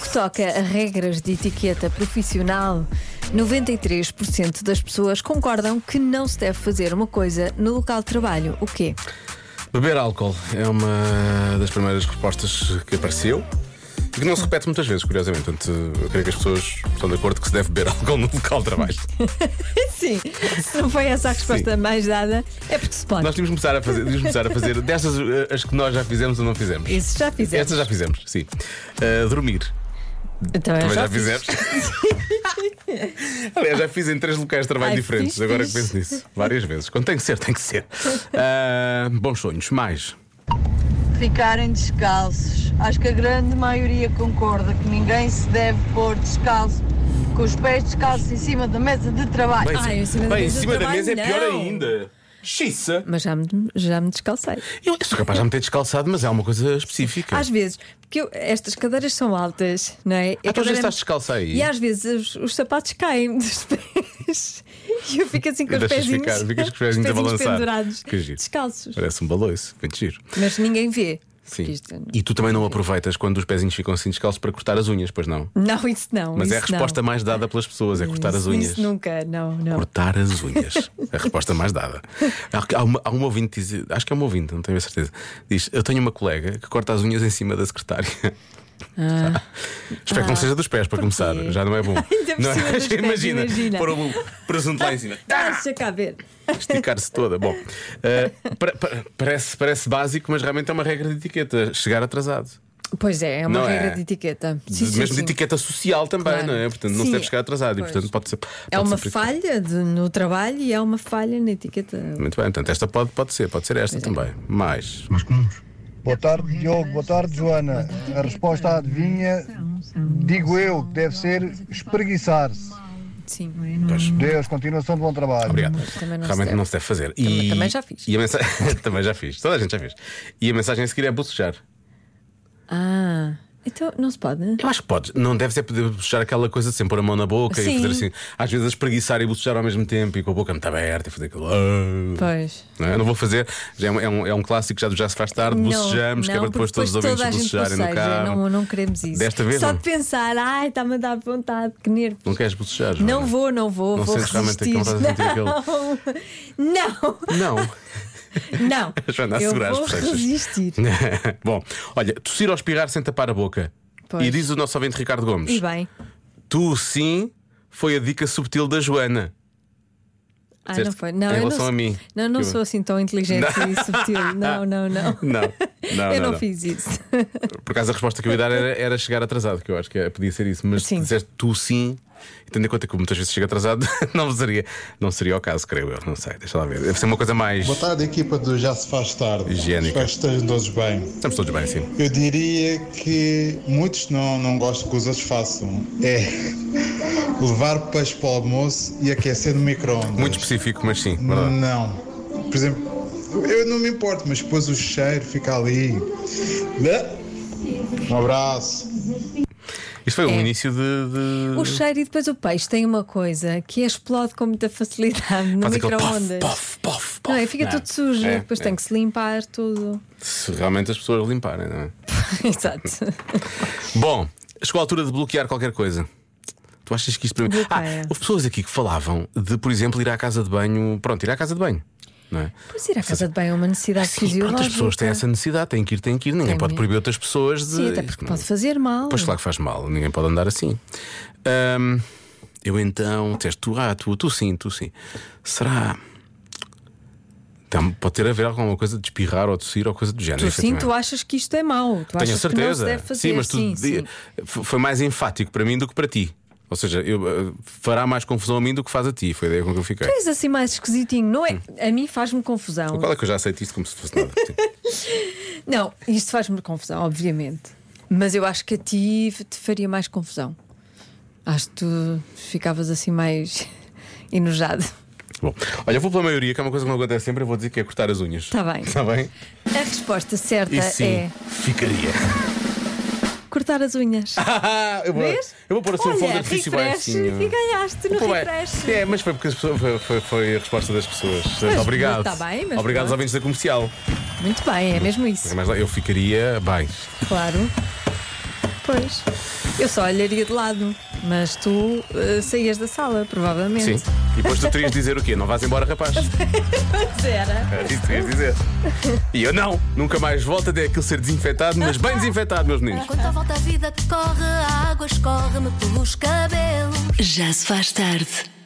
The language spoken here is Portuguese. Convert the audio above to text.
que toca a regras de etiqueta profissional, 93% das pessoas concordam que não se deve fazer uma coisa no local de trabalho. O quê? Beber álcool é uma das primeiras respostas que apareceu. e Que não se repete muitas vezes, curiosamente. Portanto, eu creio que as pessoas estão de acordo que se deve beber álcool no local de trabalho. Sim, se não foi essa a resposta mais dada, é porque se pode. Nós tínhamos de começar a fazer, tínhamos de começar a fazer destas eh, as que nós já fizemos ou não fizemos. Isso já fizemos. Estas já fizemos, sim. Ah, dormir. Então, eu Também já fiz. fizemos. Aliás, já fiz em três locais de trabalho Ai, diferentes. fixe, Agora que fixe. penso nisso. Várias vezes. Quando tem que ser, tem que ser. Ah, bons sonhos. Mais. ficarem descalços. Acho que a grande maioria concorda que ninguém se deve pôr descalço, com os pés descalços em cima da mesa de trabalho. Bem, Ai, em cima da bem, em mesa de cima da trabalho, mesa é pior não. ainda. Xiça. Mas já me, já me descalcei. Eu sou capaz de já me ter descalçado, mas é uma coisa específica. Às vezes, porque eu- estas cadeiras são altas, não é? E a Ah, tu já cadeira- é- estás descalço aí. E às vezes os, os sapatos caem dos pés e eu fico assim com E os deixas pezinhos, ficar, ficas com os pezinhos a balançar. pendurados, Que giro. descalços. Parece um baloiço. Muito giro. Mas ninguém vê. Sim. Porque isto- é E tu também não aproveitas quando os pezinhos ficam assim descalços para cortar as unhas, pois não? Não, isso não. Mas é a isso não. resposta mais dada pelas pessoas, é cortar as Isso- unhas. Isso nunca, não, não. Cortar as unhas. A resposta mais dada. Há, há, uma, há um ouvinte, que diz, acho que é um ouvinte, não tenho a certeza. Diz: Eu tenho uma colega que corta as unhas em cima da secretária. Ah. Espero que não seja dos pés para começar, já não é bom. por não, é? cima dos pés, imagina, imagina. pôr o presunto lá em cima, Ah, Deixa cá ver. esticar-se toda. Bom, eh, pa- pa- parece, parece básico, mas realmente é uma regra de etiqueta: chegar atrasado. Pois é, é uma Não é? regra de etiqueta. Sim, De- sim, mesmo sim. de etiqueta social também, Claro. não é? Portanto, não Sim. se deve chegar atrasado Pois. e, portanto, pode ser. É pode uma ser por isso. falha de- no trabalho e é uma falha na etiqueta. Muito bem, portanto, esta pode, pode ser, pode ser esta é. também. Mais. Boa tarde, Diogo. Boa tarde, Joana. A resposta à adivinha, digo eu, que deve ser espreguiçar-se. Sim, é? Deus, continuação de bom trabalho. Obrigado. também não se Realmente deve. não se deve fazer. Também- também já fiz. E a mensa... também já fiz. Toda a gente já fez. E a mensagem a seguir é bocejar. Ah, então não se pode. Eu acho que podes. Não deves é poder bocejar aquela coisa de sempre pôr a mão na boca Sim. e fazer assim. Às vezes a espreguiçar e bocejar ao mesmo tempo e com a boca muito aberta e fazer aquilo. "Ah". Pois. Não, é? não vou fazer. Já é, um, é, um, é um clássico já do Já se faz tarde. Não, Bocejamos, que é não, para depois porque todos os ouvintes toda a gente bocejarem no boceja, carro. Não, não queremos isso. Desta vez Só não. de pensar, ai, está-me a dar vontade, que nervo. Não é? queres bocejar? Joana? Não vou, não vou, Não vou sentes realmente é resistir. que não estás a sentir aquele- Não, Não. não. Joana, a Eu segurar as vou bochechas. resistir. Bom, olha, tossir ou espirrar sem tapar a boca. Pois. E diz o nosso ouvinte Ricardo Gomes: E bem. Tu sim foi a dica subtil da Joana. Ah, Disseste não foi. Não, em eu não relação sou- a mim. Não, não Que- sou assim tão inteligente e subtil. Não, não, não. Não, não, eu não, não, não. fiz isso. Por acaso a resposta que eu ia dar era, era chegar atrasado, que eu acho que é, podia ser isso, mas Sim. se disseste tu sim, e tendo em conta que muitas vezes chega atrasado, não seria, não seria o caso, creio eu. Não sei, deixa lá ver. Deve ser uma coisa mais. Boa tarde, equipa do Já Se Faz Tarde. Higiênica. Espero que estejam todos bem. Estamos todos bem, sim. Eu diria que muitos não, não gostam que os outros façam. É levar peixe para o almoço e aquecer no micro-ondas. Muito específico, mas sim, verdade. Não. Por exemplo, eu não me importo, mas depois o cheiro fica ali. Né? Um abraço. Isto foi um É. início de. de- O cheiro e depois o peixe tem uma coisa que explode com muita facilidade no Faz aquele micro-ondas. puff, puff, puff, puff. Não é? Fica tudo sujo, É, depois é. tem que se limpar tudo. Se realmente as pessoas limparem, não é? Exato. Bom, chegou a altura de bloquear qualquer coisa. Tu achas que isto para mim. Ah, Bloqueia. houve pessoas aqui que falavam de, por exemplo, ir à casa de banho. Pronto, ir à casa de banho. Não é? Pois ir à casa de bem é uma necessidade Sim, pronto, fisiológica. as pessoas têm essa necessidade, têm que ir, têm que ir. Ninguém Tem pode mesmo. proibir outras pessoas de. Sim, até porque Não. é? pode fazer mal. Pois claro que faz mal, ninguém pode andar assim. Ahm, eu então, teste tu, ah, tu, tu sim, tu sim. Será. Então, pode ter a ver alguma coisa de espirrar ou tossir ou coisa do género. Tu sim, efetivamente. tu achas que isto é mau. Tu achas Tenho que não se certeza. deve fazer. sim, mas tu sim, di- sim. f- foi mais enfático para mim do que para ti. Ou seja, eu, eh, fará mais confusão a mim do que faz a ti. Foi a ideia com que eu fiquei. És assim mais esquisitinho, não Hum. é? A mim faz-me confusão. Qual é que eu já aceito isto como se fosse nada? Sim. Não, isto faz-me confusão, obviamente. Mas eu acho que a ti f- te faria mais confusão. Acho que tu ficavas assim mais enojado. Bom, olha, eu vou pela maioria, que é uma coisa que não acontece sempre, eu vou dizer que é cortar as unhas. Tá bem. Está bem? A resposta certa E sim, é ficaria. cortar as unhas. eu, vou, Vês? Ah, eu vou pôr assim um Olha, fogo de artifício bem refresh, assim. E ganhaste no Pô, bem, refresh. É, mas foi porque as pessoas- foi, foi- foi a resposta das pessoas. Portanto, Obrigado. tá bem, mas Obrigado aos pronto. ouvintes da comercial. Muito bem, é mesmo isso. Mas lá, eu ficaria bem. Claro. Pois. Eu só olharia de lado, mas tu eh, saías da sala, provavelmente. Sim. E depois tu terias de dizer o quê? Não vás embora, rapaz. Pois era. Era isso que terias de dizer. E eu não. Nunca mais volto até aquilo ser desinfetado, mas bem desinfetado, meus meninos. Enquanto a volta à vida que corre, a água escorre-me pelos cabelos. Já se faz tarde.